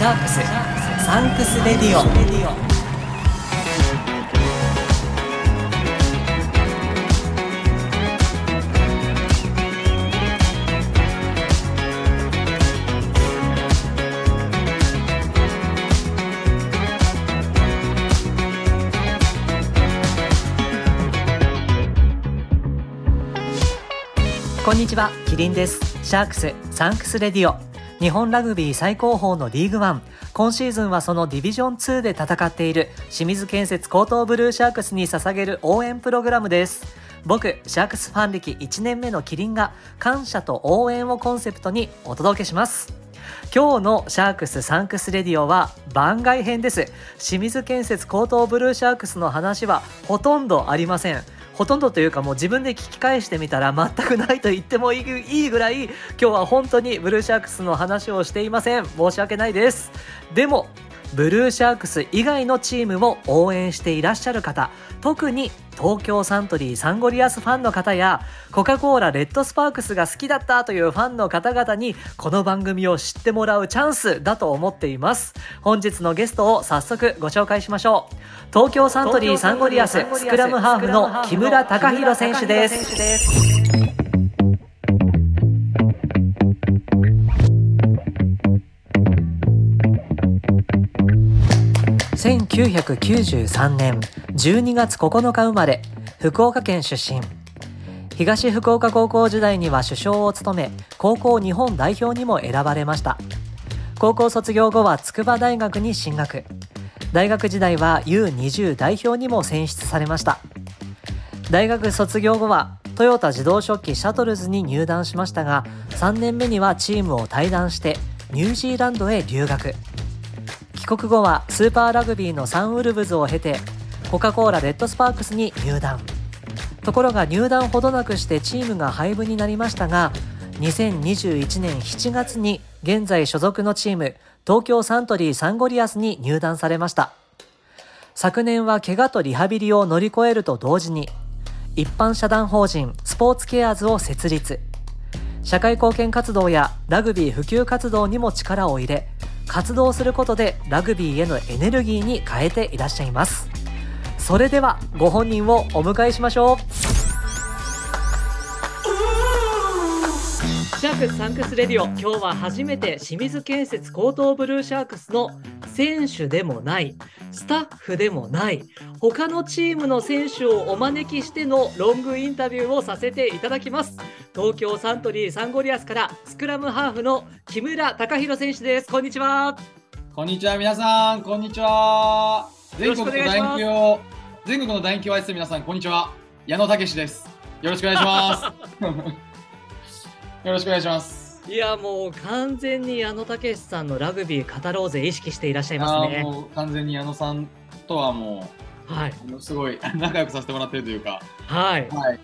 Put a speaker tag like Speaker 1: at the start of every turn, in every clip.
Speaker 1: ナークスサンクスレディオこんにちはキリンですシャークスサンクスレディオ日本ラグビー最高峰のリーグワン今シーズンはそのディビジョン2で戦っている清水建設高等ブルーシャークスに捧げる応援プログラムです僕シャークスファン歴1年目のキリンが感謝と応援をコンセプトにお届けします今日のシャークスサンクスレディオは番外編です清水建設高等ブルーシャークスの話はほとんどありませんほとんどというかもう自分で聞き返してみたら 全くないと言ってもいいいいぐらい今日は本当にブルーシャークスの話をしていません申し訳ないですでもブルーシャークス以外のチームも応援していらっしゃる方特に東京サントリーサンゴリアスファンの方やコカ・コーラレッドスパークスが好きだったというファンの方々にこの番組を知ってもらうチャンスだと思っています本日のゲストを早速ご紹介しましょう東京サントリーサンゴリアススクラムハーフの木村隆弘選手です1993年12月9日生まれ福岡県出身東福岡高校時代には主将を務め高校日本代表にも選ばれました高校卒業後は筑波大学に進学大学時代は U20 代表にも選出されました大学卒業後はトヨタ自動食器シャトルズに入団しましたが3年目にはチームを退団してニュージーランドへ留学帰国後はスーパーラグビーのサンウルブズを経てコカ・コーラレッドスパークスに入団ところが入団ほどなくしてチームが廃部になりましたが2021年7月に現在所属のチーム東京サントリーサンゴリアスに入団されました昨年は怪我とリハビリを乗り越えると同時に一般社団法人スポーツケアーズを設立社会貢献活動やラグビー普及活動にも力を入れ活動することでラグビーへのエネルギーに変えていらっしゃいますそれではご本人をお迎えしましょうシャークスサンクスレディオ今日は初めて清水建設高等ブルーシャークスの選手でもないスタッフでもない他のチームの選手をお招きしてのロングインタビューをさせていただきます東京サントリーサンゴリアスからスクラムハーフの木村隆弘選手ですこんにちは
Speaker 2: こんにちは皆さんこんにちは全国の団協全国の団協愛する皆さんこんにちは矢野武ですよろしくお願いします よろしくお願いします。
Speaker 1: いやもう完全に矢野武さんのラグビー語ろうぜ意識していらっしゃいますね。
Speaker 2: 完全に矢野さんとはも
Speaker 1: う、はい、
Speaker 2: すごい 仲良くさせてもらってるというか、
Speaker 1: はい、
Speaker 2: はい、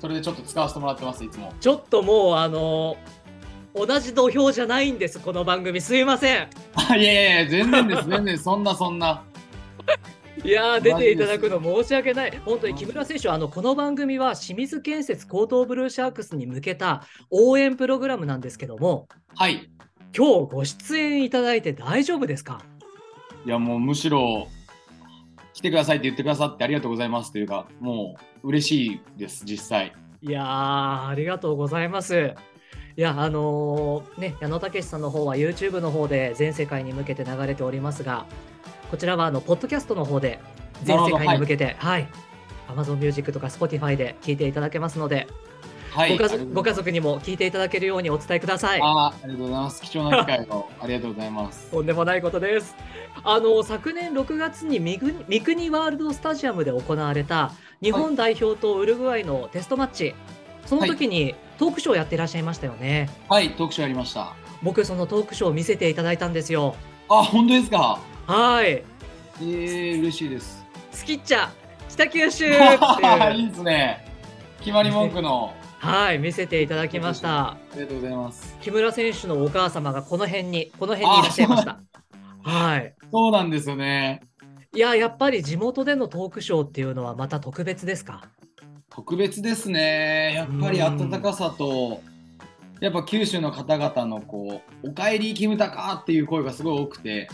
Speaker 2: それでちょっと使わせてもらってますいつも。
Speaker 1: ちょっともうあの同じ土俵じゃないんですこの番組すいません。
Speaker 2: いやいやいや全然です全然そんなそんな。
Speaker 1: いや出ていただくの申し訳ない、本当に木村選手、あのこの番組は清水建設高等ブルーシャークスに向けた応援プログラムなんですけども、
Speaker 2: はい
Speaker 1: 今日ご出演いただいて大丈夫ですか
Speaker 2: いや、もうむしろ来てくださいって言ってくださってありがとうございますというか、もう嬉しいです、実際。
Speaker 1: いやありがとうございます。いやあのー、ね矢野武さんの方は YouTube の方で全世界に向けて流れておりますがこちらはあのポッドキャストの方で全世界に向けて、はい、Amazon Music とか Spotify で聞いていただけますので、
Speaker 2: はい、
Speaker 1: ご家ご家族にも聞いていただけるようにお伝えください。
Speaker 2: あありがとうございます。貴重な機会をありがとうございま す。
Speaker 1: とんでもないことです。あの昨年6月に三国ワールドスタジアムで行われた日本代表とウルグアイのテストマッチ、はい、その時にトークショーやっていらっしゃいましたよね。
Speaker 2: はい、トークショーやりました。
Speaker 1: 僕そのトークショーを見せていただいたんですよ。
Speaker 2: あ、本当ですか。
Speaker 1: はい。
Speaker 2: えー、嬉しいです。
Speaker 1: スキッチャ北九州
Speaker 2: いいですね。決まり文句の。
Speaker 1: はい、見せていただきました。
Speaker 2: ありがとうございます。
Speaker 1: 木村選手のお母様がこの辺に、この辺にいらっしゃいました。はい。
Speaker 2: そうなんですよね。
Speaker 1: いや、やっぱり地元でのトークショーっていうのは、また特別ですか。
Speaker 2: 特別ですね。やっぱり暖かさと。やっぱ九州の方々のこう「おかえりキムタカ!」っていう声がすごい多くて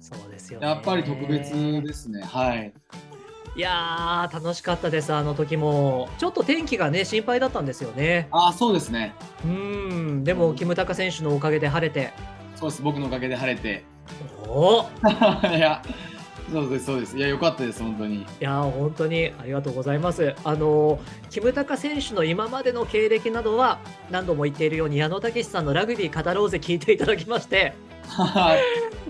Speaker 1: そうですよね
Speaker 2: やっぱり特別ですねはい
Speaker 1: いやー楽しかったですあの時もちょっと天気がね心配だったんですよね
Speaker 2: ああそうですね
Speaker 1: うんでもキムタカ選手のおかげで晴れて
Speaker 2: そうです僕のおかげで晴れて
Speaker 1: おおい
Speaker 2: いやそうですそうですいや良かったです本当 に
Speaker 1: やー本当にありがとうございますあのーキムタカ選手の今までの経歴などは何度も言っているように矢野武さんのラグビー語ろうぜ聞いていただきまして
Speaker 2: はい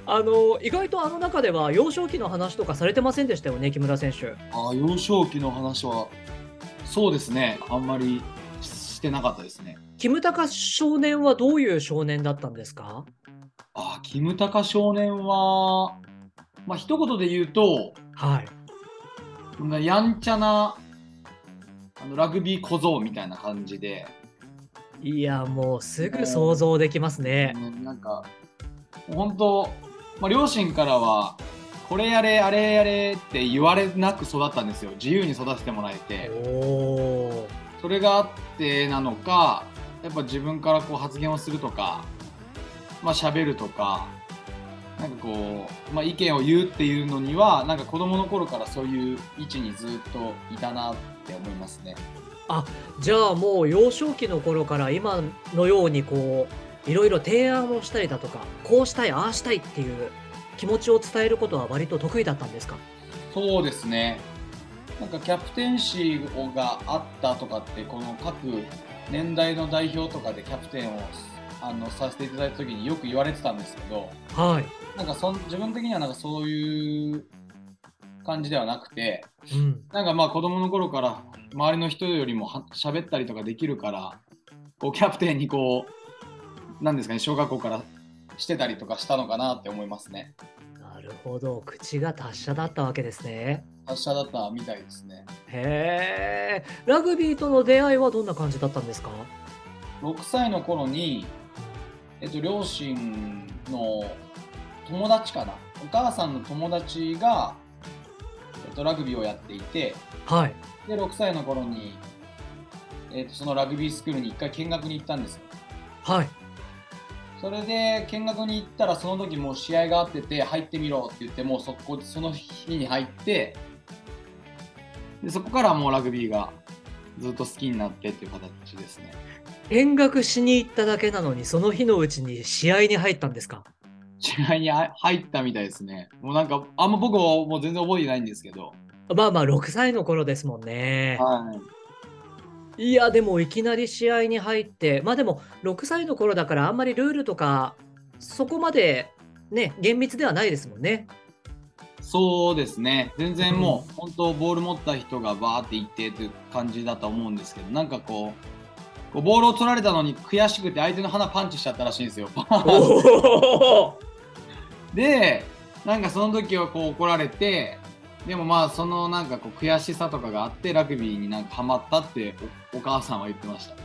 Speaker 1: あのー意外とあの中では幼少期の話とかされてませんでしたよね木村選手
Speaker 2: あー幼少期の話はそうですねあんまりしてなかったですね
Speaker 1: キムタカ少年はどういう少年だったんですか
Speaker 2: あーキムタカ少年はまあ一言で言うと
Speaker 1: はい
Speaker 2: やんちゃなあのラグビー小僧みたいな感じで、
Speaker 1: いやもうすぐ想像できますね。
Speaker 2: うんなんか本当、まあ、両親からはこれやれあれやれって言われなく育ったんですよ自由に育ててもらえて
Speaker 1: おー
Speaker 2: それがあってなのかやっぱ自分からこう発言をするとかまあ喋るとかなんかこう、まあ、意見を言うっていうのにはなんか子供の頃からそういう位置にずっといたなって思いますね。
Speaker 1: じゃあもう幼少期の頃から今のようにこういろいろ提案をしたりだとかこうしたいああしたいっていう気持ちを伝えることは割と得意だったんですか
Speaker 2: そうですね。なんかキャプテンシーがあったとかってこの各年代の代表とかでキャプテンをあのさせていただいた時によく言われてたんですけど
Speaker 1: は
Speaker 2: なんかそん自分的にはなんかそういう感じではなくて
Speaker 1: い、うん、
Speaker 2: なんかまあ子供の頃から周りの人よりもは喋ったりとかできるからこうキャプテンにこうなんですかね小学校からしてたりとかしたのかなって思いますね。
Speaker 1: なるほど口が達者だったわけですね。
Speaker 2: 発射だったみたいですね。
Speaker 1: へえラグビーとの出会いはどんな感じだったんですか
Speaker 2: 6歳の頃に、えっと、両親の友達かなお母さんの友達が、えっと、ラグビーをやっていて
Speaker 1: はい
Speaker 2: で6歳の頃に、えっと、そのラグビースクールに1回見学に行ったんですよ
Speaker 1: はい
Speaker 2: それで見学に行ったらその時もう試合があってて入ってみろって言ってもうそこその日に入ってでそこからもうラグビーがずっと好きになってっていう形ですね
Speaker 1: 見学しに行っただけなのにその日のうちに試合に入ったんですか
Speaker 2: 試合に入ったみたいですね。もうなんか、あんま僕はもう全然覚えてないんですけど。
Speaker 1: まあまあ6歳の頃ですもんね。
Speaker 2: はい。
Speaker 1: いやでもいきなり試合に入ってまあでも6歳の頃だからあんまりルールとかそこまでね厳密ではないですもん ね。
Speaker 2: そうですね。全然もう、本当ボール持った人がバーって行ってっていう感じだと思うんですけど、なんかこう、こうボールを取られたのに悔しくて相手の鼻パンチしちゃったらしいんですよ。
Speaker 1: おー
Speaker 2: で、なんかその時はこう怒られて、でもまあそのなんかこう悔しさとかがあってラグビーになんかハマったっておお母さんは言ってました。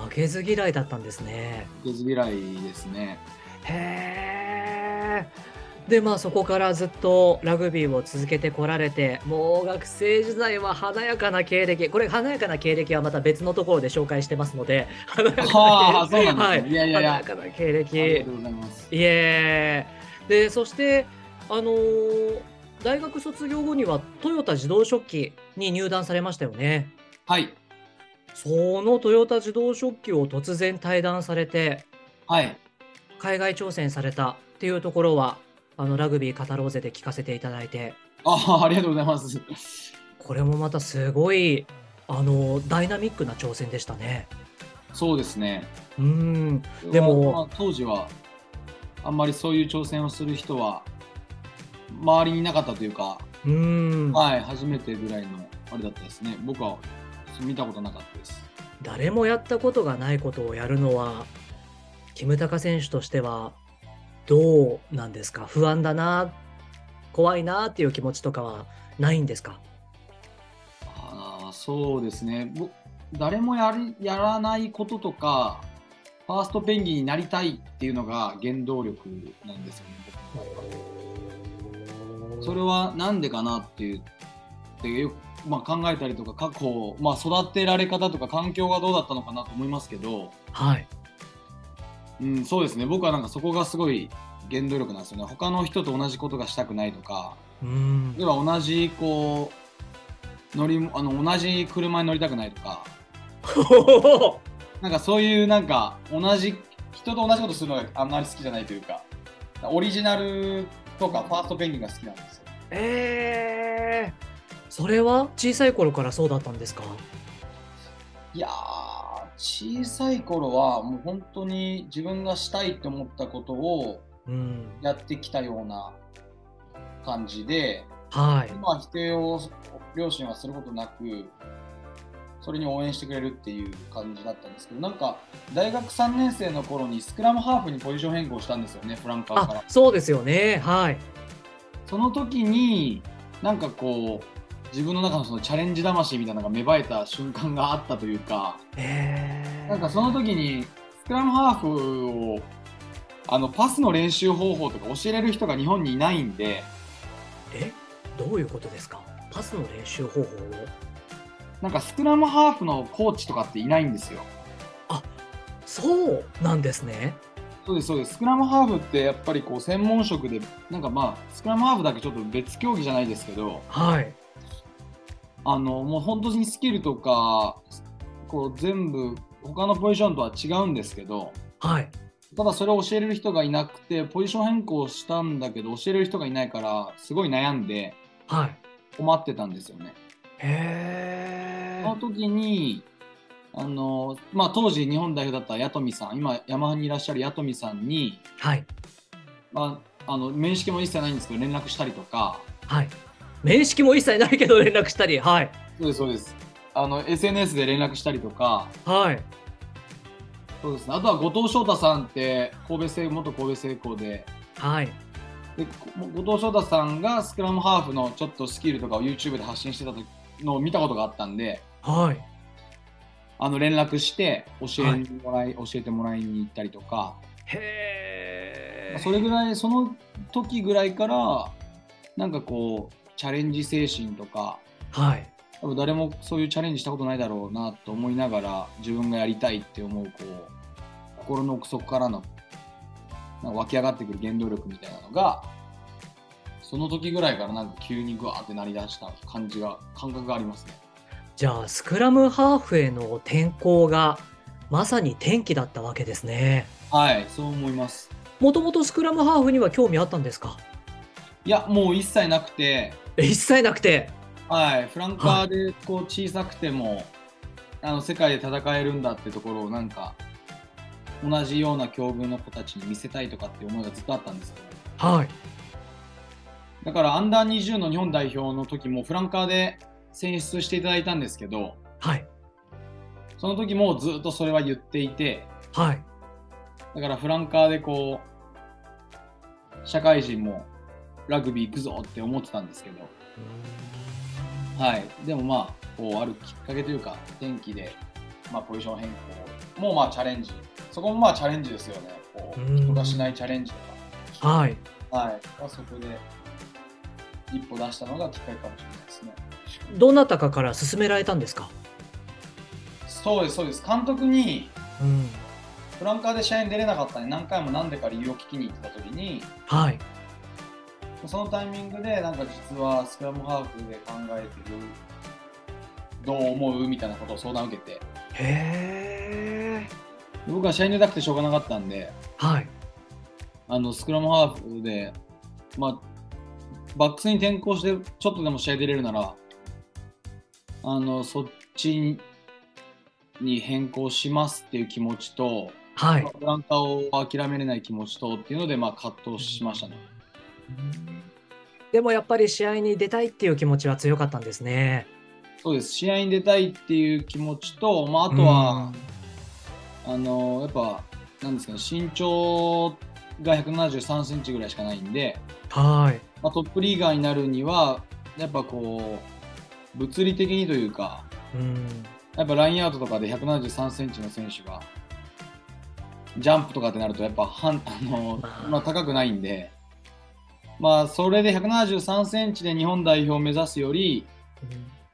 Speaker 1: 負けず嫌いだったんですね。
Speaker 2: 受けず嫌いです ね。
Speaker 1: へーでまあそこからずっとラグビーを続けてこられてもう学生時代は華やかな経歴これ華やかな経歴はまた別のところで紹介してますので華やかな
Speaker 2: はあ、そうなんですね。
Speaker 1: はい
Speaker 2: い、やいやいや。
Speaker 1: 華
Speaker 2: あ
Speaker 1: やかな経歴。
Speaker 2: りがとうございます。
Speaker 1: いえでそしてあのー大学卒業後にはトヨタ自動食器に入団されましたよね
Speaker 2: はい。
Speaker 1: そのトヨタ自動食器を突然退団されて
Speaker 2: はい。
Speaker 1: 海外挑戦されたっていうところはあのラグビー語ろうぜで聞かせていただいて
Speaker 2: ああ、ありがとうございます。
Speaker 1: これもまたすごいあのーダイナミックな挑戦でしたね
Speaker 2: そうですね。
Speaker 1: うんでも
Speaker 2: まあ当時は、あんまりそういう挑戦をする人は、周りにいなかったというか、
Speaker 1: うん
Speaker 2: はい、初めてぐらいの、あれだったですね。僕は見たことなかったです。
Speaker 1: 誰もやったことがないことをやるのはキムタカ選手としてはどうなんですか不安だな怖いなっていう気持ちとかはないんですか
Speaker 2: ああ、そうですね。ぼ誰もやりやらないこととか、ファーストペンギンになりたいっていうのが原動力なんですよね、僕それはなんでかなっていうってよく、まあ、考えたりとか過去、まあ、育てられ方とか環境がどうだったのかなと思いますけど
Speaker 1: はい
Speaker 2: うん、そうですね。僕はなんかそこがすごい原動力なんですよね。他の人と同じことがしたくないとか、
Speaker 1: うん
Speaker 2: では同じこう乗りあの同じ車に乗りたくないとか、
Speaker 3: おー
Speaker 2: なんかそういうなんか同じ人と同じことするのがあんまり好きじゃないというか、オリジナルとかファーストペンギンが好きなんですよ。
Speaker 3: えー それは小さい頃からそうだったんですか
Speaker 2: いやー小さい頃はもう本当に自分がしたいと思ったことを
Speaker 3: うん
Speaker 2: やってきたような感じで、
Speaker 3: はい
Speaker 2: まあ否定を両親はすることなくそれに応援してくれるっていう感じだったんですけどなんか大学3年生の頃にスクラムハーフにポジション変更したんですよねフランカーから
Speaker 3: あ。そうですよねはい
Speaker 2: その時になんかこう自分の中のそのチャレンジ魂みたいなのが芽生えた瞬間があったというか
Speaker 3: えー
Speaker 2: なんかその時にスクラムハーフをあのパスの練習方法とか教えれる人が日本にいないんで
Speaker 3: えどういうことですかパスの練習方法を
Speaker 2: なんかスクラムハーフのコーチとかっていないんですよ。
Speaker 3: そうなんですね
Speaker 2: そうですそうですスクラムハーフってやっぱりこう専門職でなんかまあスクラムハーフだけちょっと別競技じゃないですけど
Speaker 3: はい
Speaker 2: あのもう本当にスキルとかこう全部他のポジションとは違うんですけど
Speaker 3: はい
Speaker 2: ただそれを教えれる人がいなくてポジション変更したんだけど教えれる人がいないからすごい悩んで
Speaker 3: はい
Speaker 2: 困ってたんですよね。
Speaker 3: へ
Speaker 2: その時にあの、まあ、当時日本代表だった八富さん今山にいらっしゃる八富さんに、
Speaker 3: はい
Speaker 2: まあ、あの面識も一切ないんですけど連絡したりとか。
Speaker 3: はい面識も一切ないけど連絡したりはい
Speaker 2: そうですそうですあの SNS で連絡したりとか
Speaker 3: はい
Speaker 2: そうです、ね、あとは後藤翔太さんって神戸製元神戸製鋼で
Speaker 3: はい
Speaker 2: でこ後藤翔太さんがスクラムハーフのちょっとスキルとかを YouTube で発信してた時のを見たことがあったんで
Speaker 3: はい
Speaker 2: あの連絡して教えにもらい、教えてもらいに行ったりとか
Speaker 3: へえ
Speaker 2: それぐらいその時ぐらいからなんかこうチャレンジ精神とか
Speaker 3: はい
Speaker 2: 多分誰もそういうチャレンジしたことないだろうなと思いながら自分がやりたいって思うこう心の奥底からのなんか湧き上がってくる原動力みたいなのがその時ぐらいからなんか急にグワーってなりだした感じが感覚がありますね。
Speaker 3: じゃあスクラムハーフへの転向がまさに転機だったわけですね
Speaker 2: はいそう思います。
Speaker 3: もともとスクラムハーフには興味あったんですか
Speaker 2: いやもう一切なくて、
Speaker 3: え一切なくて
Speaker 2: はい、フランカーでこう小さくても、あの世界で戦えるんだってところをなんか同じような境遇の子たちに見せたいとかっていう思いがずっとあったんですけど。
Speaker 3: はい
Speaker 2: だからアンダー20の日本代表の時もフランカーで選出していただいたんですけど、
Speaker 3: はい
Speaker 2: その時もずっとそれは言っていて、
Speaker 3: はい
Speaker 2: だからフランカーでこう、社会人もラグビー行くぞって思ってたんですけど、はい。でもまあ、こうあるきっかけというか、天気で、まあ、ポジション変更もまあチャレンジ、そこもまあチャレンジですよね。こ
Speaker 3: う
Speaker 2: うん人がしないチャレンジとか、
Speaker 3: はい
Speaker 2: はい。まあ、そこで一歩出したのがきっかけかもしれないですね。
Speaker 3: どなたかから勧められたんですか
Speaker 2: そうです、そうです。監督に、
Speaker 3: うん
Speaker 2: フランカーで試合に出れなかったんで、何回も何でか理由を聞きに行ってた時に、
Speaker 3: はい
Speaker 2: そのタイミングで、なんか実はスクラムハーフで考えてる、どう思うみたいなことを相談を受けて、
Speaker 3: へえ
Speaker 2: 僕は試合に出たくてしょうがなかったんで、
Speaker 3: はい
Speaker 2: あのスクラムハーフで、まあ、バックスに転向して、ちょっとでも試合出れるなら、あのそっちに変更しますっていう気持ちと、
Speaker 3: はい
Speaker 2: フランカーを諦めれない気持ちとっていうので、まあ、葛藤しましたね。
Speaker 3: でもやっぱり試合に出たいっていう気持ちは強かったんですね。
Speaker 2: そうです試合に出たいっていう気持ちと、まあ、あとは、あのやっぱなんですかね身長が173センチぐらいしかないんで、
Speaker 3: うん、はい
Speaker 2: まあ、トップリーガーになるにはやっぱこう物理的にというか
Speaker 3: うん
Speaker 2: やっぱラインアウトとかで173センチの選手がジャンプとかってなるとやっぱはんあの、まあ、高くないんで、まあ、それで173センチで日本代表を目指すより、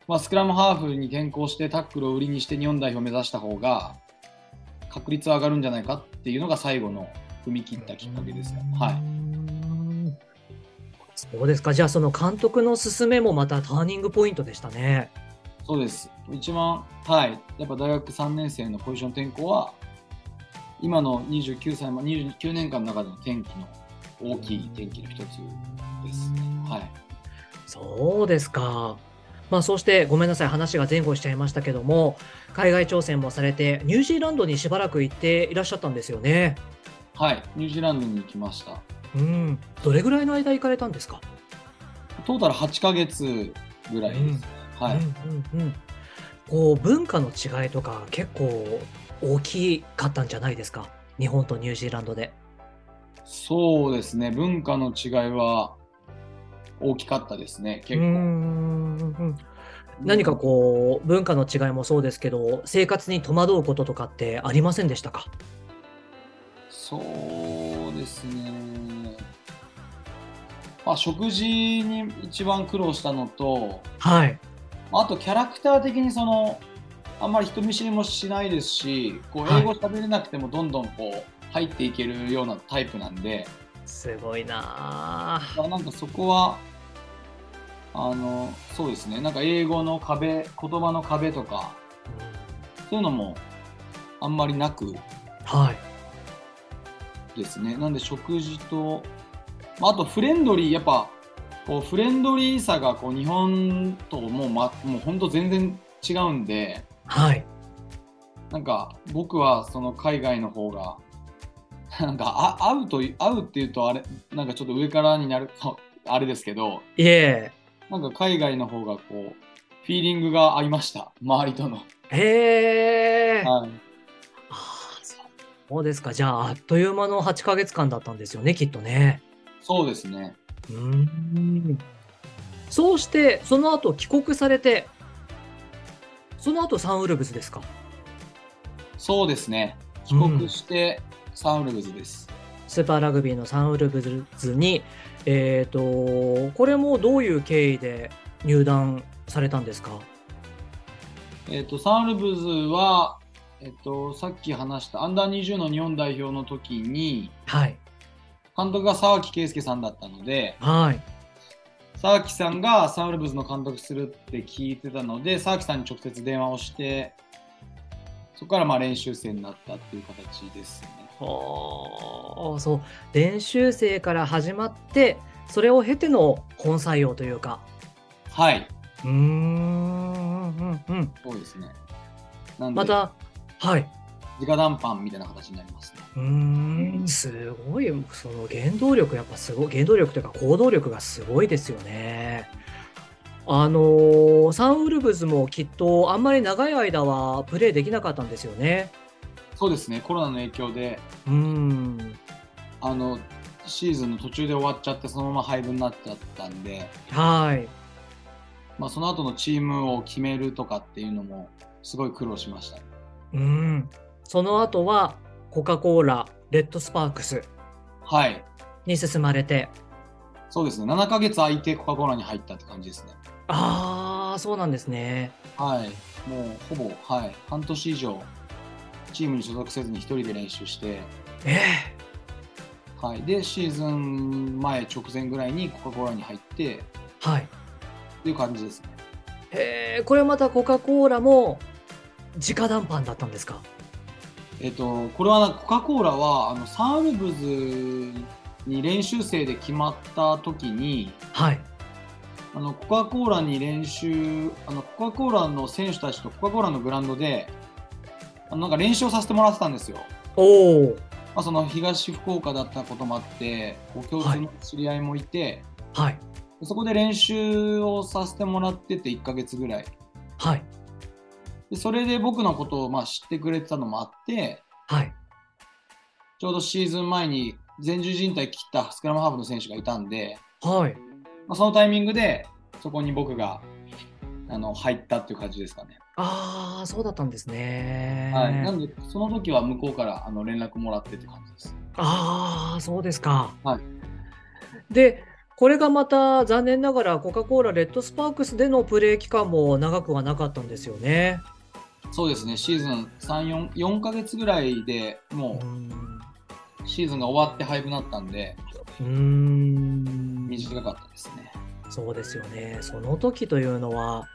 Speaker 2: まあ、スクラムハーフに転向してタックルを売りにして日本代表を目指した方が確率は上がるんじゃないかっていうのが最後の踏み切ったきっかけですね。はい
Speaker 1: い。そうですか。じゃあその監督の勧めもまたターニングポイントでしたね。
Speaker 2: そうです。一番、はい、やっぱ大学3年生のポジション転向は、今の29歳、ま29年間の中での転機の大きい転機の一つですね。はい。
Speaker 1: そうですか。まあそしてごめんなさい話が前後しちゃいましたけども海外挑戦もされてニュージーランドにしばらく行っていらっしゃったんですよね。
Speaker 2: はい、ニュージーランドに行きました。
Speaker 1: うん。どれぐらいの間行かれたんですか。
Speaker 2: トータル8ヶ月ぐらいですね。はい。
Speaker 1: うんうんうん。こう文化の違いとか結構大きかったんじゃないですか。日本とニュージーランドで。
Speaker 2: そうですね、文化の違いは大きかったですね、結
Speaker 1: うーんう
Speaker 2: 構。
Speaker 1: んうん何かこう文化の違いもそうですけど生活に戸惑うこととかってありませんでしたか
Speaker 2: そうですね。まあ、食事に一番苦労したのと、
Speaker 1: はい。
Speaker 2: あとキャラクター的にその、あんまり人見知りもしないですし、こう
Speaker 1: はい
Speaker 2: 英語喋れなくてもどんどんこう入っていけるようなタイプなんで、
Speaker 1: すごいなあ
Speaker 2: まあ、なんかそこは、あの、そうですね、なんか英語の壁、言葉の壁とか、そういうのもあんまりなく
Speaker 1: はい。
Speaker 2: ですね。なんで食事と、まああとフレンドリー、やっぱこうフレンドリーさがこう日本ともう,、ま、もう本当全然違うんで、
Speaker 1: はい。
Speaker 2: なんか僕はその海外の方が、なんかあ合うという、合うっていうとあれ、なんかちょっと上からになる か、あれですけど、
Speaker 1: いえ。
Speaker 2: なんか海外の方がこう、フィーリングが合いました、周りとの。
Speaker 1: へえ。あ
Speaker 2: はい
Speaker 1: あそうですか。じゃああっという間の8ヶ月間だったんですよねきっとね。
Speaker 2: そうですね。
Speaker 1: うーん。そうしてその後帰国されてその後サンウルブスですか
Speaker 2: そうですね。帰国してサンウルブズです。
Speaker 1: スーパーラグビーのサンウルブズに、えー、とこれもどういう経緯で入団されたんですか
Speaker 2: えっとサンウルブズは、えっとさっき話したアンダー20の日本代表の時に
Speaker 1: はい
Speaker 2: 監督が沢木圭介さんだったので
Speaker 1: はい
Speaker 2: 沢木さんがサンウルブズの監督するって聞いてたので沢木さんに直接電話をしてそこからまあ練習生になったっていう形ですね。
Speaker 1: おそう練習生から始まってそれを経ての本採用というか
Speaker 2: はい、
Speaker 1: うーんうんうん
Speaker 2: そうですね。なんで、
Speaker 1: またはい
Speaker 2: 直談判みたいな形になりますね。
Speaker 1: うーんすごいその原動力やっぱすごい原動力というか行動力がすごいですよね。あのーサンウルブズもきっとあんまり長い間はプレーできなかったんですよね。
Speaker 2: そうですね、コロナの影響で
Speaker 1: うーん
Speaker 2: あのシーズンの途中で終わっちゃってそのまま廃部になっちゃったんで。
Speaker 1: はい
Speaker 2: まあ、その後のチームを決めるとかっていうのもすごい苦労しました。
Speaker 1: うんその後はコカ・コーラレッドスパークス
Speaker 2: はい、
Speaker 1: に進まれて
Speaker 2: そうですね、7ヶ月空いてコカ・コーラに入ったって感じですね。
Speaker 1: ああそうなんですね。
Speaker 2: はい、もうほぼ、はい、半年以上、チームに所属せずに一人で練習して、
Speaker 1: ええ
Speaker 2: はい、で、シーズン前直前ぐらいにコカ・コーラに入って
Speaker 1: はい。
Speaker 2: っていう感じですね。
Speaker 1: えーこれまたコカ・コーラも直談判だったんですか
Speaker 2: えっと、これはなコカ・コーラはあのサンウルブズに練習生で決まった時に、
Speaker 1: はい。
Speaker 2: あのコカ・コーラに練習あのコカ・コーラの選手たちとコカ・コーラのグラウンドであのなんか練習をさせてもらってたんですよ、
Speaker 1: おお。
Speaker 2: まあ、その東福岡だったこともあってこう共通の知り合いもいて、
Speaker 1: はい。
Speaker 2: そこで練習をさせてもらってて1ヶ月ぐらい
Speaker 1: はい。
Speaker 2: でそれで僕のことをまあ知ってくれてたのもあって
Speaker 1: はい。
Speaker 2: ちょうどシーズン前に前十字靭帯切ったスクラムハーフの選手がいたんで、
Speaker 1: はい。
Speaker 2: まあ、そのタイミングでそこに僕があの入ったっていう感じですかね。
Speaker 1: ああ、そうだったんですね。
Speaker 2: はい、なので、その時は向こうからあの連絡もらってって感じです。
Speaker 1: ああ、そうですか。
Speaker 2: はい
Speaker 1: で、これがまた残念ながらコカ・コーラレッドスパークスでのプレー期間も長くはなかったんですよね。
Speaker 2: そうですね、シーズン3、4、4ヶ月ぐらいでも
Speaker 1: うん
Speaker 2: うシーズンが終わって廃部になったんで、
Speaker 1: うーん
Speaker 2: 短かったですね。
Speaker 1: そうですよね。その時というのは、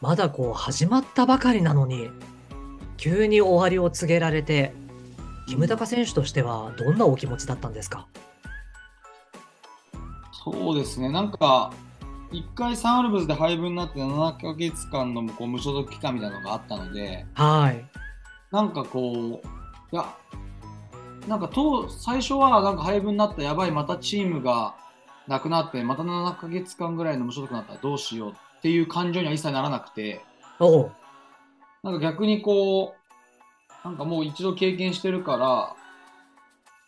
Speaker 1: まだこう始まったばかりなのに、急に終わりを告げられて、キムタカ選手としてはどんなお気持ちだったんですか
Speaker 2: そうですね、なんか、一回サンウルブズで廃部になって7ヶ月間のこう無所属期間みたいなのがあったので、
Speaker 1: はい。
Speaker 2: なんかこう、いや、なんか当最初はなんか廃部になったやばい、またチームがなくなって、また7ヶ月間ぐらいの無所属になったらどうしようっていう感情には一切ならなくて、
Speaker 1: おう。
Speaker 2: なんか逆にこう、なんかもう一度経験してるから、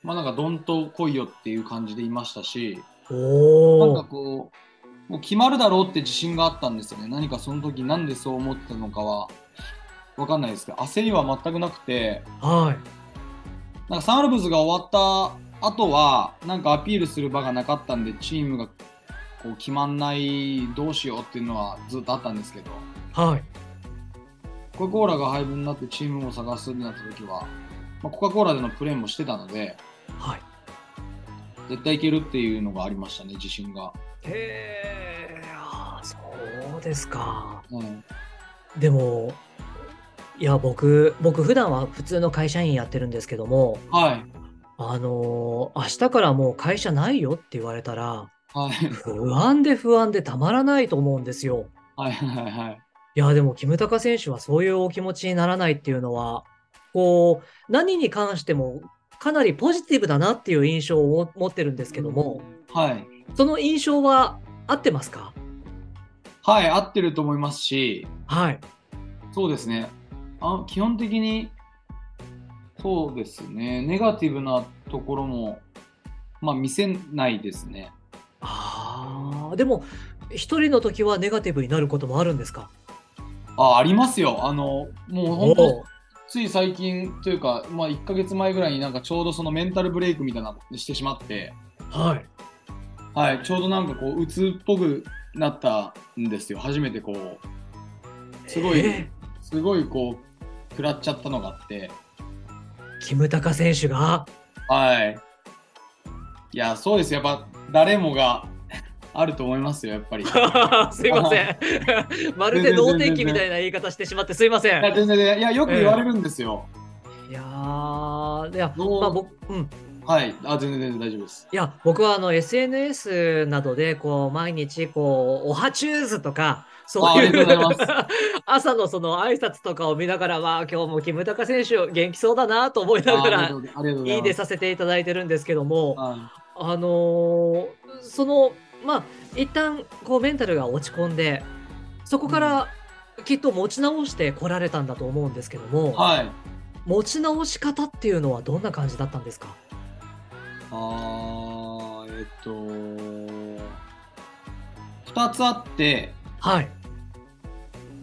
Speaker 2: まあなんかどんと来いよっていう感じでいましたし、なん
Speaker 1: お
Speaker 2: か
Speaker 1: お。
Speaker 2: こう、もう決まるだろうって自信があったんですよね。何かその時なんでそう思ってたのかは分かんないですけど、焦りは全くなくて、
Speaker 1: はい。
Speaker 2: なんかサンアルブズが終わった後は、なんかアピールする場がなかったんで、チームがこう決まんない、どうしようっていうのはずっとあったんですけど、
Speaker 1: はい。
Speaker 2: コカ・コーラが配分になってチームを探すってなった時は、まあ、コカ・コーラでのプレーもしてたので、
Speaker 1: はい。
Speaker 2: 絶対いけるっていうのがありましたね、自信が。
Speaker 1: へえ、あーそうですか。
Speaker 2: うん、
Speaker 1: でも、いや、僕、僕、普段は普通の会社員やってるんですけども、
Speaker 2: はい。
Speaker 1: あのー明日からもう会社ないよって言われたら、
Speaker 2: はい。
Speaker 1: 不安で不安でたまらないと思うんですよ。
Speaker 2: はい。はい。はい。
Speaker 1: いや、でも、キムタカ選手はそういうお気持ちにならないっていうのは、こう、何に関してもかなりポジティブだなっていう印象を持ってるんですけども、
Speaker 2: はい。
Speaker 1: その印象は合ってますか
Speaker 2: はい、合ってると思いますし、
Speaker 1: はい。
Speaker 2: そうですね。あ基本的に、そうですね。ネガティブなところも、まあ、見せないですね。
Speaker 1: ああ、でも、一人の時はネガティブになることもあるんですか
Speaker 2: あ、ありますよ。あの、もう本
Speaker 1: お
Speaker 2: 当
Speaker 1: う、
Speaker 2: つい最近というか、まあ、1ヶ月前ぐらいになんかちょうどそのメンタルブレイクみたいなのしてしまって、
Speaker 1: はい。
Speaker 2: はい、ちょうどなんかこう、鬱っぽくなったんですよ。初めてこう、すごい
Speaker 1: え
Speaker 2: すごいこう、食らっちゃったのがあって、
Speaker 1: ーキムタカ選手が、
Speaker 2: はい。いや、そうです。やっぱ誰もが あると思いますよ、やっ ぱり。い
Speaker 1: すいませ ん。まるで脳天気みたいな言い方してしまってすいません。
Speaker 2: や、全然、いや、よく言われるんですよ。
Speaker 1: いやーいや、
Speaker 2: どう
Speaker 1: まあ、僕、うん。
Speaker 2: はい。あ、全然、全然大丈夫 です。
Speaker 1: いや、僕はあの SNS などで、こう、毎日、こう、おはチューズとか、そうい
Speaker 2: あありがとうご
Speaker 1: う
Speaker 2: ざい
Speaker 1: 朝のその挨拶とかを見ながら、まあ、今日もキムタカ選手、元気そうだなと思いなが
Speaker 2: あありが
Speaker 1: ら
Speaker 2: と、うございますありがとうござい
Speaker 1: いい
Speaker 2: ます。
Speaker 1: でさせていただいてるんですけども、
Speaker 2: は
Speaker 1: あのーその、まあ、一旦、こう、メンタルが落ち込んで、そこから、きっと持ち直してこられたんだと思うんですけども、
Speaker 2: い。はい。
Speaker 1: 持ち直し方っていうのはどんな感じだったんですか
Speaker 2: あー、えっと、2つあって、
Speaker 1: はい。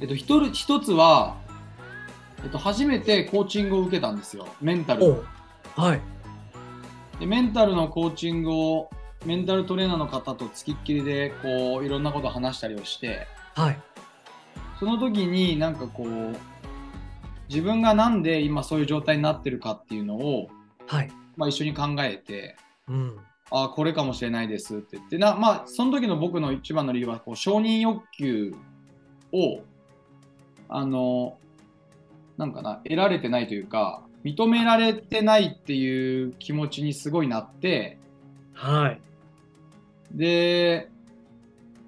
Speaker 2: えっと、1, 一つは、えっと、初めてコーチングを受けたんですよ。メンタル
Speaker 1: お
Speaker 2: の。
Speaker 1: うはい。
Speaker 2: でメンタルのコーチングをメンタルトレーナーの方とつきっきりでこういろんなことを話したりをして
Speaker 1: はい。
Speaker 2: その時になんかこう自分がなんで今そういう状態になってるかっていうのを、
Speaker 1: はい。
Speaker 2: まあ、一緒に考えて
Speaker 1: うん。
Speaker 2: ああこれかもしれないですって言ってなまあその時の僕の一番の理由はこう承認欲求をあのなんかな得られてないというか認められてないっていう気持ちにすごいなって
Speaker 1: はい。
Speaker 2: で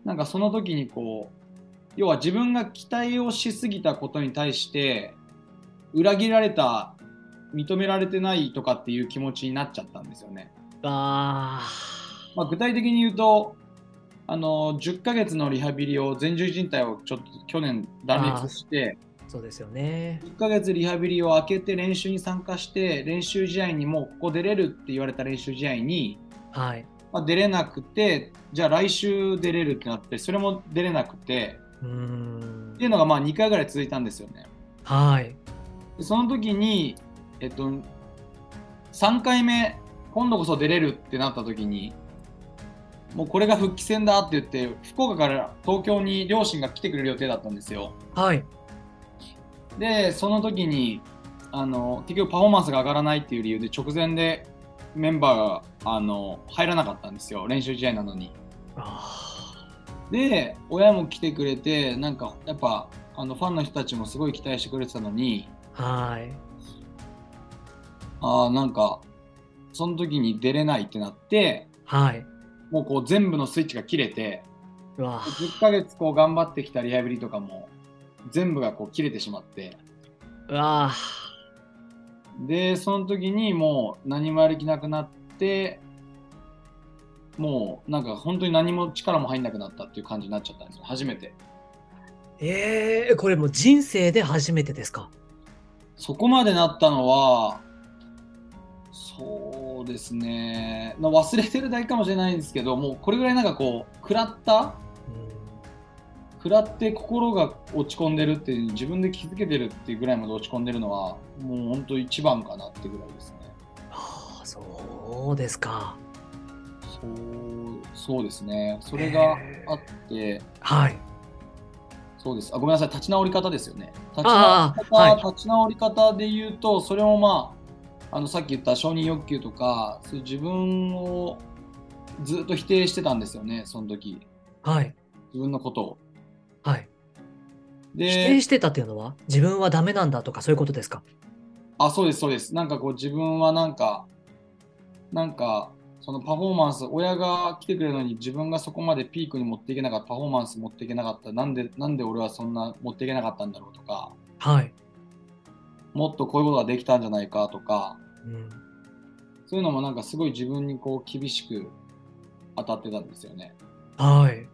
Speaker 2: なんかその時にこう要は自分が期待をしすぎたことに対して裏切られた認められてないとかっていう気持ちになっちゃったんですよね。
Speaker 1: あ
Speaker 2: まあ、具体的に言うとあの10ヶ月のリハビリを前十字靭帯をちょっと去年断裂して
Speaker 1: ーそうですよね。
Speaker 2: 1ヶ月リハビリを空けて練習に参加して練習試合にもうここ出れるって言われた練習試合に
Speaker 1: はい。
Speaker 2: まあ、出れなくてじゃあ来週出れるってなってそれも出れなくて
Speaker 1: うーん
Speaker 2: っていうのがまあ2回ぐらい続いたんですよね
Speaker 1: はい。
Speaker 2: でその時にえっと3回目今度こそ出れるってなった時にもうこれが復帰戦だって言って福岡から東京に両親が来てくれる予定だったんですよ
Speaker 1: はい。
Speaker 2: で、その時に、あの、結局パフォーマンスが上がらないっていう理由で、直前でメンバーが、あの、入らなかったんですよ。練習試合なのに。で、親も来てくれて、なんか、やっぱ、あの、ファンの人たちもすごい期待してくれてたのに、
Speaker 3: はい。
Speaker 2: ああ、なんか、その時に出れないってなって、
Speaker 3: はい。
Speaker 2: もうこう全部のスイッチが切れて、
Speaker 3: うわあ
Speaker 2: 10ヶ月こう頑張ってきたリハビリとかも、全部がこう切れてしまって、
Speaker 3: うわあ
Speaker 2: で、その時にもう何もやる気なくなって、もうなんか本当に何も力も入んなくなったっていう感じになっちゃったんですよ、初めて。
Speaker 3: ええこれもう人生で初めてですか
Speaker 2: そこまでなったのは、そうですね、まあ忘れてるだけかもしれないんですけど、もうこれぐらいなんかこう、食らった食らって心が落ち込んでるっていう自分で気づけてるっていうぐらいまで落ち込んでるのはもう本当一番かなってぐらいですね
Speaker 3: はあ、そうですか。
Speaker 2: そうそうですねそれがあって
Speaker 3: はい。
Speaker 2: そうですあごめんなさい立ち直り方ですよね立ち直
Speaker 3: あ
Speaker 2: り
Speaker 3: あ
Speaker 2: 方、
Speaker 3: はい
Speaker 2: 立ち直り方で言うとそれもまああのさっき言った承認欲求とかそういう自分をずっと否定してたんですよねその時
Speaker 3: はい。
Speaker 2: 自分のことを
Speaker 3: はい。
Speaker 2: で
Speaker 3: 否定してたっていうのは、自分はダメなんだとかそういうことですか
Speaker 2: あ、そうです、そうです。なんかこう自分はなんか、なんか、そのパフォーマンス、親が来てくれるのに自分がそこまでピークに持っていけなかった、パフォーマンス持っていけなかった、なんで、なんで俺はそんな持っていけなかったんだろうとか、
Speaker 3: はい。
Speaker 2: もっとこういうことができたんじゃないかとか、
Speaker 3: うん、
Speaker 2: そういうのもなんかすごい自分にこう厳しく当たってたんですよね。
Speaker 3: はい。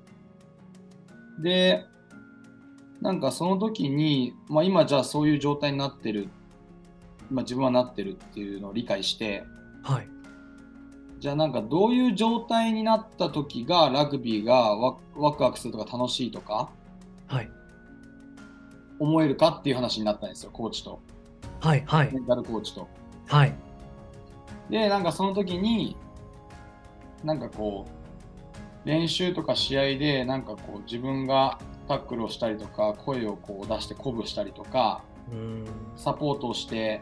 Speaker 2: で、なんかその時に、まあ今じゃあそういう状態になってる、今自分はなってるっていうのを理解して、
Speaker 3: はい。
Speaker 2: じゃあなんかどういう状態になった時がラグビーがワワクワクするとか楽しいとか
Speaker 3: はい。
Speaker 2: 思えるかっていう話になったんですよコーチと
Speaker 3: はい。はい
Speaker 2: メ。ンタルコーチと。
Speaker 3: はい。
Speaker 2: でなんかその時になんかこう練習とか試合でなんかこう自分がタックルをしたりとか声をこう出して鼓舞したりとか
Speaker 3: うん。
Speaker 2: サポートをして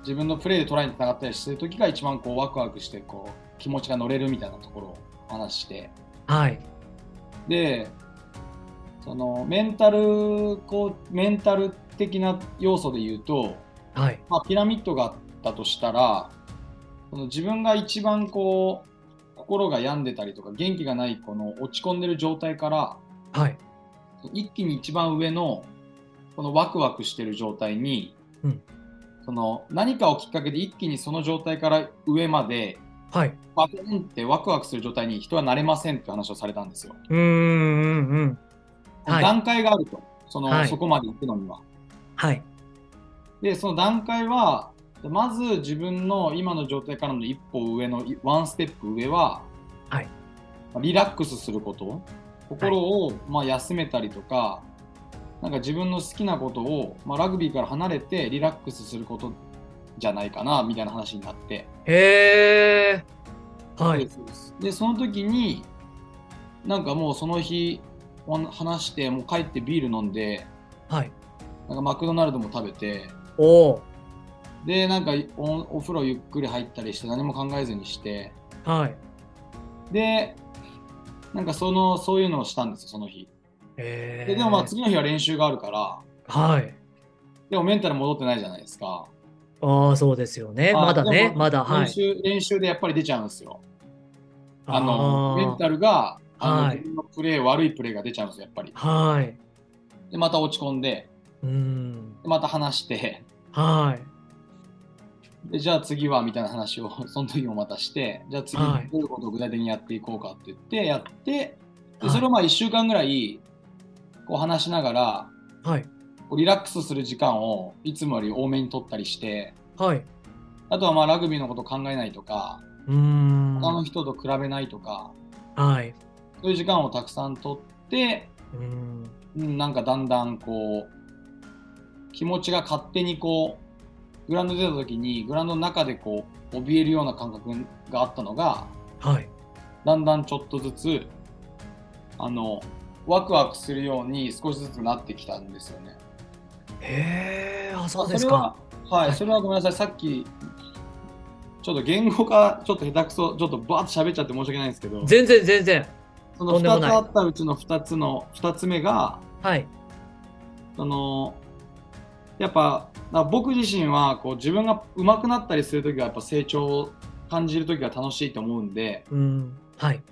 Speaker 2: 自分のプレーでトライにつながったりする時が一番こうワクワクしてこう気持ちが乗れるみたいなところをお話しして。
Speaker 3: はい。
Speaker 2: でそのメンタルこうメンタル的な要素で言うと、
Speaker 3: はい。
Speaker 2: まあ、ピラミッドがあったとしたらその自分が一番こう心が病んでたりとか元気がないこの落ち込んでる状態から
Speaker 3: はい。
Speaker 2: 一気に一番上のこのワクワクしてる状態に、
Speaker 3: うん
Speaker 2: その何かをきっかけで一気にその状態から上まで
Speaker 3: はい。
Speaker 2: バコンってワクワクする状態に人はなれませんって話をされたんですよ。
Speaker 3: うん。うん。うん。はい。
Speaker 2: 段階があるとその、
Speaker 3: はい
Speaker 2: そこまで行くのには。
Speaker 3: はい。
Speaker 2: でその段階はまず自分の今の状態からの一歩上のいワンステップ上は、
Speaker 3: はい
Speaker 2: リラックスすること心を、まあ、休めたりとかなんか自分の好きなことを、まあ、ラグビーから離れてリラックスすることじゃないかなみたいな話になって、
Speaker 3: へえ。はい。
Speaker 2: そうですでその時になんかもうその日お話してもう帰ってビール飲んで
Speaker 3: はい。
Speaker 2: なんかマクドナルドも食べて
Speaker 3: おお。
Speaker 2: でなんかおお風呂ゆっくり入ったりして何も考えずにして
Speaker 3: はい。
Speaker 2: でなんかそのそういうのをしたんですよその日
Speaker 3: え
Speaker 2: ででもまあ次の日は練習があるから
Speaker 3: はい。
Speaker 2: でもメンタル戻ってないじゃないですか
Speaker 3: ああ、そうですよね。
Speaker 2: あ
Speaker 3: まだ
Speaker 2: で
Speaker 3: ね。
Speaker 2: も
Speaker 3: まだ。は
Speaker 2: 練
Speaker 3: い。
Speaker 2: 習,、練習でやっぱり出ちゃうんですよあのメンタルがあの、
Speaker 3: はい
Speaker 2: 自分のプレー悪いプレーが出ちゃうんですよやっぱり
Speaker 3: はい。
Speaker 2: でまた落ち込んで
Speaker 3: うん。
Speaker 2: でまた話して
Speaker 3: はい。
Speaker 2: でじゃあ次はみたいな話を その時もまたしてじゃあ次
Speaker 3: はい
Speaker 2: どういうことを具体的にやっていこうかって言ってやって
Speaker 3: はい
Speaker 2: でそれをまあ1週間ぐらいこう話しながら
Speaker 3: はい。
Speaker 2: こうリラックスする時間をいつもより多めに取ったりして
Speaker 3: はい。
Speaker 2: あとはまあラグビーのこと考えないとか
Speaker 3: うーん。
Speaker 2: 他の人と比べないとか
Speaker 3: はい。
Speaker 2: そういう時間をたくさん取って
Speaker 3: うーん。
Speaker 2: うんなんかだんだんこう気持ちが勝手にこうグラウンド出た時にグラウンドの中でこう怯えるような感覚があったのが
Speaker 3: はい。
Speaker 2: だんだんちょっとずつあのワクワクするように少しずつなってきたんですよね。
Speaker 1: へえ、あ、そうで
Speaker 2: そ
Speaker 1: す
Speaker 2: れは
Speaker 1: か。、
Speaker 2: はい、それはごめんなさい、さっき、ちょっと言語化、ちょっと下手くそ、ちょっとバーッと喋っちゃって申し訳ないんですけど、
Speaker 1: 全然、全然。
Speaker 2: そ
Speaker 1: と
Speaker 2: の
Speaker 1: んでも
Speaker 2: 2つ
Speaker 1: ない
Speaker 2: あったうちの2つの、2つ目が、
Speaker 1: はい。
Speaker 2: そのやっぱな僕自身はこう自分が上手くなったりするときはやっぱ成長を感じるときが楽しいと思うんで
Speaker 1: うん。はい。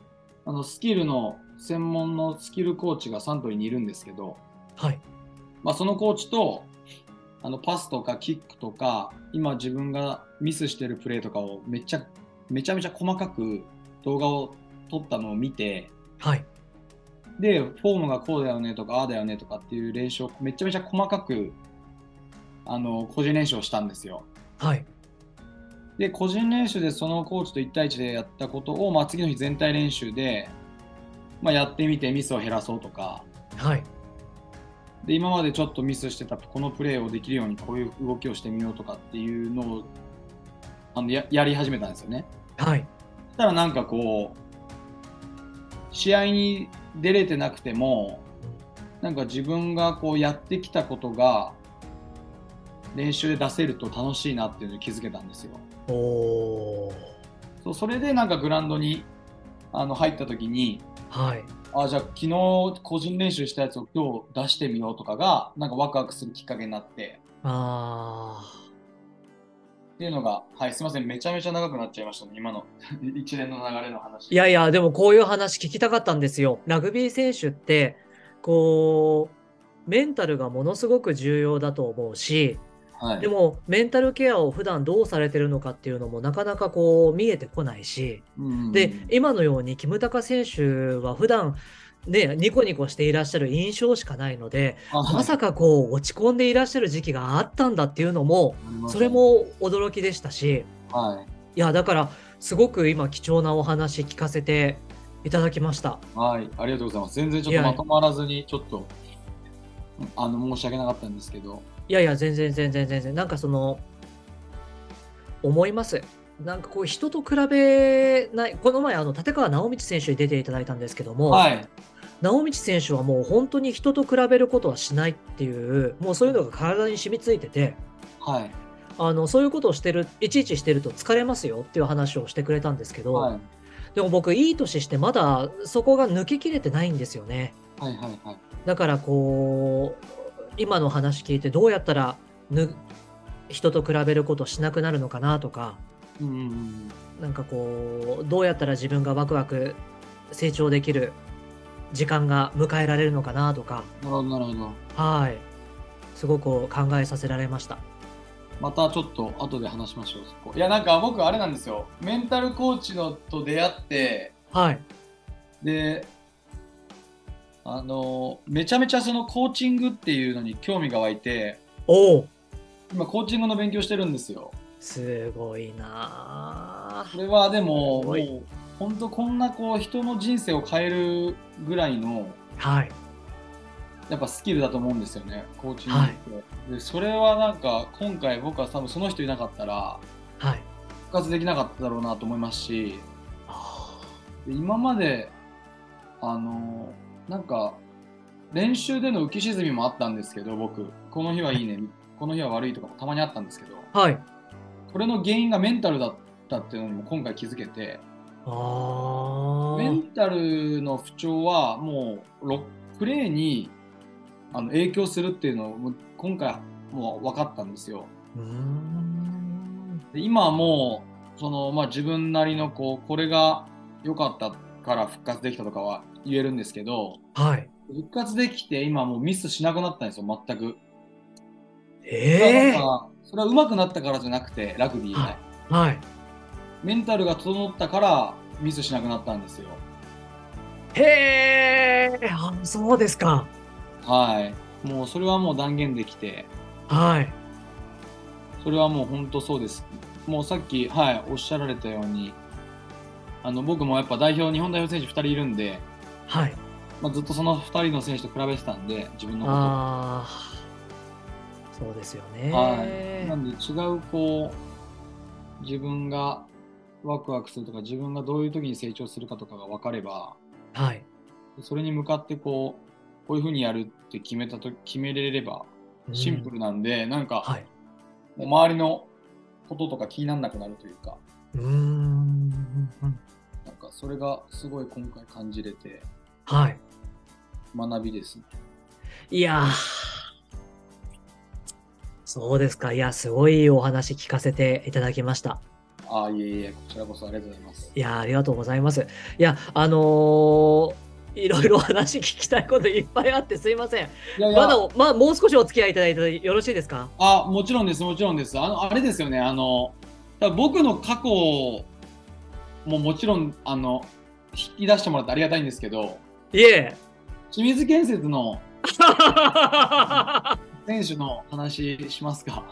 Speaker 2: あのスキルの専門のスキルコーチがサントリーにいるんですけど、
Speaker 1: はい。
Speaker 2: まあ、そのコーチとあのパスとかキックとか今自分がミスしてるプレーとかをめっちゃめちゃめちゃ細かく動画を撮ったのを見て
Speaker 1: はい。
Speaker 2: でフォームがこうだよねとかああだよねとかっていう練習をめちゃめちゃ細かくあの個人練習をしたんですよ。
Speaker 1: はい。
Speaker 2: で個人練習でそのコーチと1対1でやったことを、まあ、次の日全体練習で、まあ、やってみてミスを減らそうとか
Speaker 1: はい。
Speaker 2: で今までちょっとミスしてたこのプレーをできるようにこういう動きをしてみようとかっていうのをあのややり始めたんですよね。
Speaker 1: はい。
Speaker 2: そしたらなんかこう試合に出れてなくてもなんか自分がこうやってきたことが練習で出せると楽しいなっていうのに気づけたんですよ。
Speaker 1: おおー。
Speaker 2: そうそれでなんかグラウンドにあの入った時に
Speaker 1: はい。
Speaker 2: あじゃあ昨日個人練習したやつを今日出してみようとかがなんかワクワクするきっかけになって
Speaker 1: ああ。
Speaker 2: っていうのがはいすいませんめちゃめちゃ長くなっちゃいましたね今の 一連の流れの話
Speaker 1: いやいや、でもこういう話聞きたかったんですよ。ラグビー選手って、こう、メンタルがものすごく重要だと思うし、
Speaker 2: はい
Speaker 1: でもメンタルケアを普段どうされてるのかっていうのもなかなかこう見えてこないし、
Speaker 2: うん
Speaker 1: で、今のようにキムタカ選手は普段ね、ニコニコしていらっしゃる印象しかないので、
Speaker 2: あ
Speaker 1: まさかこう落ち込んでいらっしゃる時期があったんだっていうのも、それ、も驚きでしたし、
Speaker 2: はい
Speaker 1: いや、だからすごく今貴重なお話聞かせていただきました。
Speaker 2: はい、ありがとうございます全然ちょっ
Speaker 1: いや
Speaker 2: とまとまらずにちょっとうんあの申し訳なかったんですけど
Speaker 1: いやいや、全然全然全然。なんかその、思います。なんかこう、人と比べない、この前、あの、立川直道選手に出ていただいたんですけども、
Speaker 2: はい
Speaker 1: 直道選手はもう本当に人と比べることはしないっていう、もうそういうのが体に染みついてて、
Speaker 2: はい
Speaker 1: あの、そういうことをしてる、いちいちしてると疲れますよっていう話をしてくれたんですけど、
Speaker 2: はい
Speaker 1: でも僕、いい年してまだそこが抜けきれてないんですよね。
Speaker 2: はいはいはい
Speaker 1: だからこう今の話聞いてどうやったらぬ人と比べることしなくなるのかなとか
Speaker 2: うんうんうん
Speaker 1: なんかこうどうやったら自分がワクワク成長できる時間が迎えられるのかなとか
Speaker 2: なるほどなるほど
Speaker 1: はいすごく考えさせられました
Speaker 2: またちょっと後で話しましょうそこいやなんか僕あれなんですよメンタルコーチのと出会って
Speaker 1: はい
Speaker 2: であのめちゃめちゃそのコーチングっていうのに興味が湧いて
Speaker 1: おお
Speaker 2: 今コーチングの勉強してるんですよ
Speaker 1: すごいな
Speaker 2: これはでも
Speaker 1: す
Speaker 2: も
Speaker 1: ごいう
Speaker 2: 本当こんなこう人の人生を変えるぐらいの
Speaker 1: あはい
Speaker 2: やっぱスキルだと思うんですよねコーチングって、でそれはなんか今回僕は多分その人いなかったら
Speaker 1: はい
Speaker 2: 復活できなかっただろうなと思いますし
Speaker 1: あ
Speaker 2: で今まであのなんか練習での浮き沈みもあったんですけど僕この日はいいねこの日は悪いとかもたまにあったんですけど
Speaker 1: ーはい
Speaker 2: これの原因がメンタルだったっていうのにも今回気づけて
Speaker 1: あ
Speaker 2: メン
Speaker 1: ー
Speaker 2: タルの不調はもうロプレーにあの影響するっていうのをもう今回もう分かったんですよ。
Speaker 1: うーん
Speaker 2: で今はもうその、まあ、自分なりのこうこれが良かったから復活できたとかは言えるんですけど
Speaker 1: はい
Speaker 2: 復活できて今もうミスしなくなったんですよ全く、
Speaker 1: ええ
Speaker 2: だからそれは上手くなったからじゃなくてラグビーが、
Speaker 1: はいはい
Speaker 2: メンタルが整ったからミスしなくなったんですよ
Speaker 1: へえ、あそうですか。
Speaker 2: はいもうそれはもう断言できて
Speaker 1: はい。
Speaker 2: それはもう本当そうですもうさっき、はい、おっしゃられたようにあの僕もやっぱ代表日本代表選手2人いるんで、
Speaker 1: はい。
Speaker 2: まあ、ずっとその2人の選手と比べてたんで自分のことを
Speaker 1: ああ、そうですよね。
Speaker 2: はい、なんで違うこう自分がワクワクするとか自分がどういう時に成長するかとかが分かれば
Speaker 1: はい。
Speaker 2: それに向かってこうこういうふうにやるって決めたと決めれれば
Speaker 1: う
Speaker 2: シンプルなんで、なんか、
Speaker 3: はい。
Speaker 2: もう周りのこととか気にならなくなるというか、
Speaker 3: うーん。
Speaker 2: なんかそれがすごい今回感じれて、
Speaker 3: はい。
Speaker 2: 学びですね。
Speaker 3: いやーそうですか。いや、すごいお話聞かせていただきました。
Speaker 2: ああ、いえいえ、こちらこそありがとうございます。
Speaker 3: いやーありがとうございます。いや、あのーいろいろお話聞きたいこといっぱいあってすいません。
Speaker 2: いやい
Speaker 3: まだ
Speaker 2: や、
Speaker 3: お、まあ、もう少しお付き合いいただいてよろしいですか
Speaker 2: あもちろんです、もちろんです。あのあれですよね、あの、多分僕の過去ももちろん、あの、引き出してもらってありがたいんですけど、
Speaker 3: いえ。
Speaker 2: 清水建 設の
Speaker 3: は
Speaker 2: 選手の話しますか。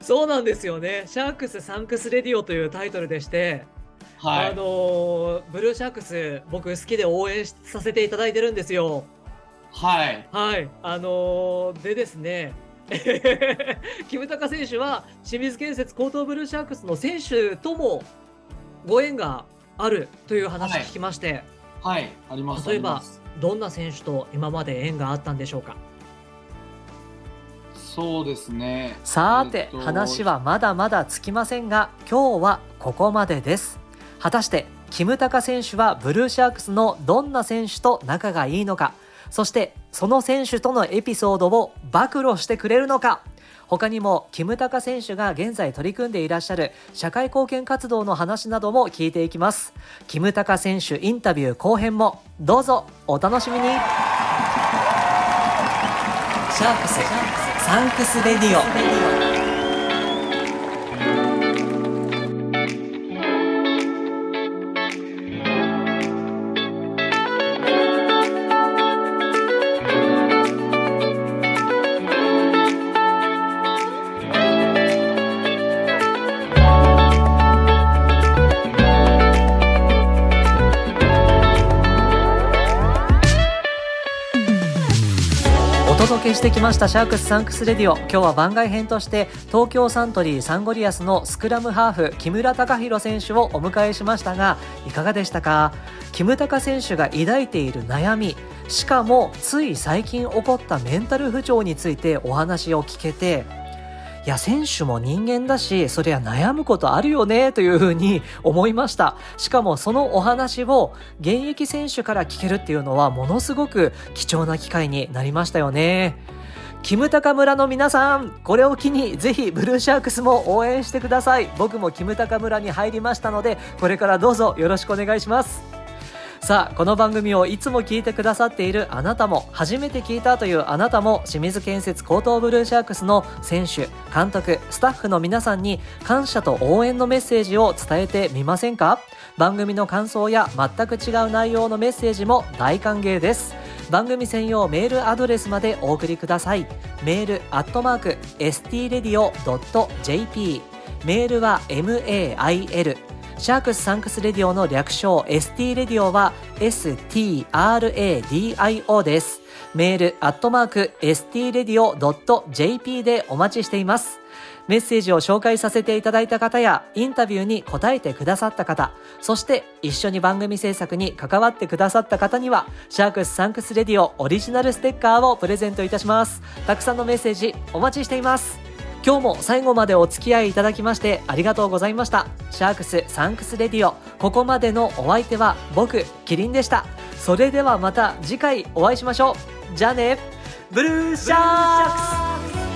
Speaker 3: そうなんですよね。シャークス・サンクス・レディオというタイトルでして、
Speaker 2: は
Speaker 3: あ
Speaker 2: い。
Speaker 3: のーブルーシャークス、僕好きで応援させていただいてるんですよ。
Speaker 2: はい。
Speaker 3: はい、あのーでですね、 キムタカ選手は清水建設高等ブルーシャークスの選手ともご縁があるという話
Speaker 2: はい
Speaker 3: 聞きまして、
Speaker 2: はい。あります。
Speaker 3: 例えば
Speaker 2: あります
Speaker 3: どんな選手と今まで縁があったんでしょうか。
Speaker 2: そうですね。
Speaker 1: さーて、
Speaker 2: えっと
Speaker 1: 話はまだまだつきませんが今日はここまでです果たしてキムタカ選手はブルーシャークスのどんな選手と仲がいいのかそしてその選手とのエピソードを暴露してくれるのか他にもキムタカ選手が現在取り組んでいらっしゃる社会貢献活動の話なども聞いていきますキムタカ選手インタビュー後編もどうぞお楽しみにシャークスサンクスレディオお届けしてきましたシャークスサンクスレディオ今日は番外編として東京サントリーサンゴリアスのスクラムハーフ木村隆弘選手をお迎えしましたがいかがでしたか木村隆選手が抱いている悩みしかもつい最近起こったメンタル不調についてお話を聞けていや選手も人間だしそりゃ悩むことあるよねというふうに思いましたしかもそのお話を現役選手から聞けるっていうのはものすごく貴重な機会になりましたよねキムタカ村の皆さんこれを機にぜひブルーシャークスも応援してください僕もキムタカ村に入りましたのでこれからどうぞよろしくお願いしますさあこの番組をいつも聞いてくださっているあなたも初めて聞いたというあなたも清水建設高等ブルーシャークスの選手監督スタッフの皆さんに感謝と応援のメッセージを伝えてみませんか番組の感想や全く違う内容のメッセージも大歓迎です番組専用メールアドレスまでお送りくださいメールアットマーク stradio.jp メールは mail シャークスサンクスレディオの略称 ST レディオは STRADIO ですメールアットマーク STRadio.jp でお待ちしていますメッセージを紹介させていただいた方やインタビューに答えてくださった方そして一緒に番組制作に関わってくださった方にはシャークスサンクスレディオオリジナルステッカーをプレゼントいたしますたくさんのメッセージお待ちしています今日も最後までお付き合いいただきましてありがとうございましたシャークスサンクスレディオここまでのお相手は僕キリンでしたそれではまた次回お会いしましょうじゃあねブルーシャークス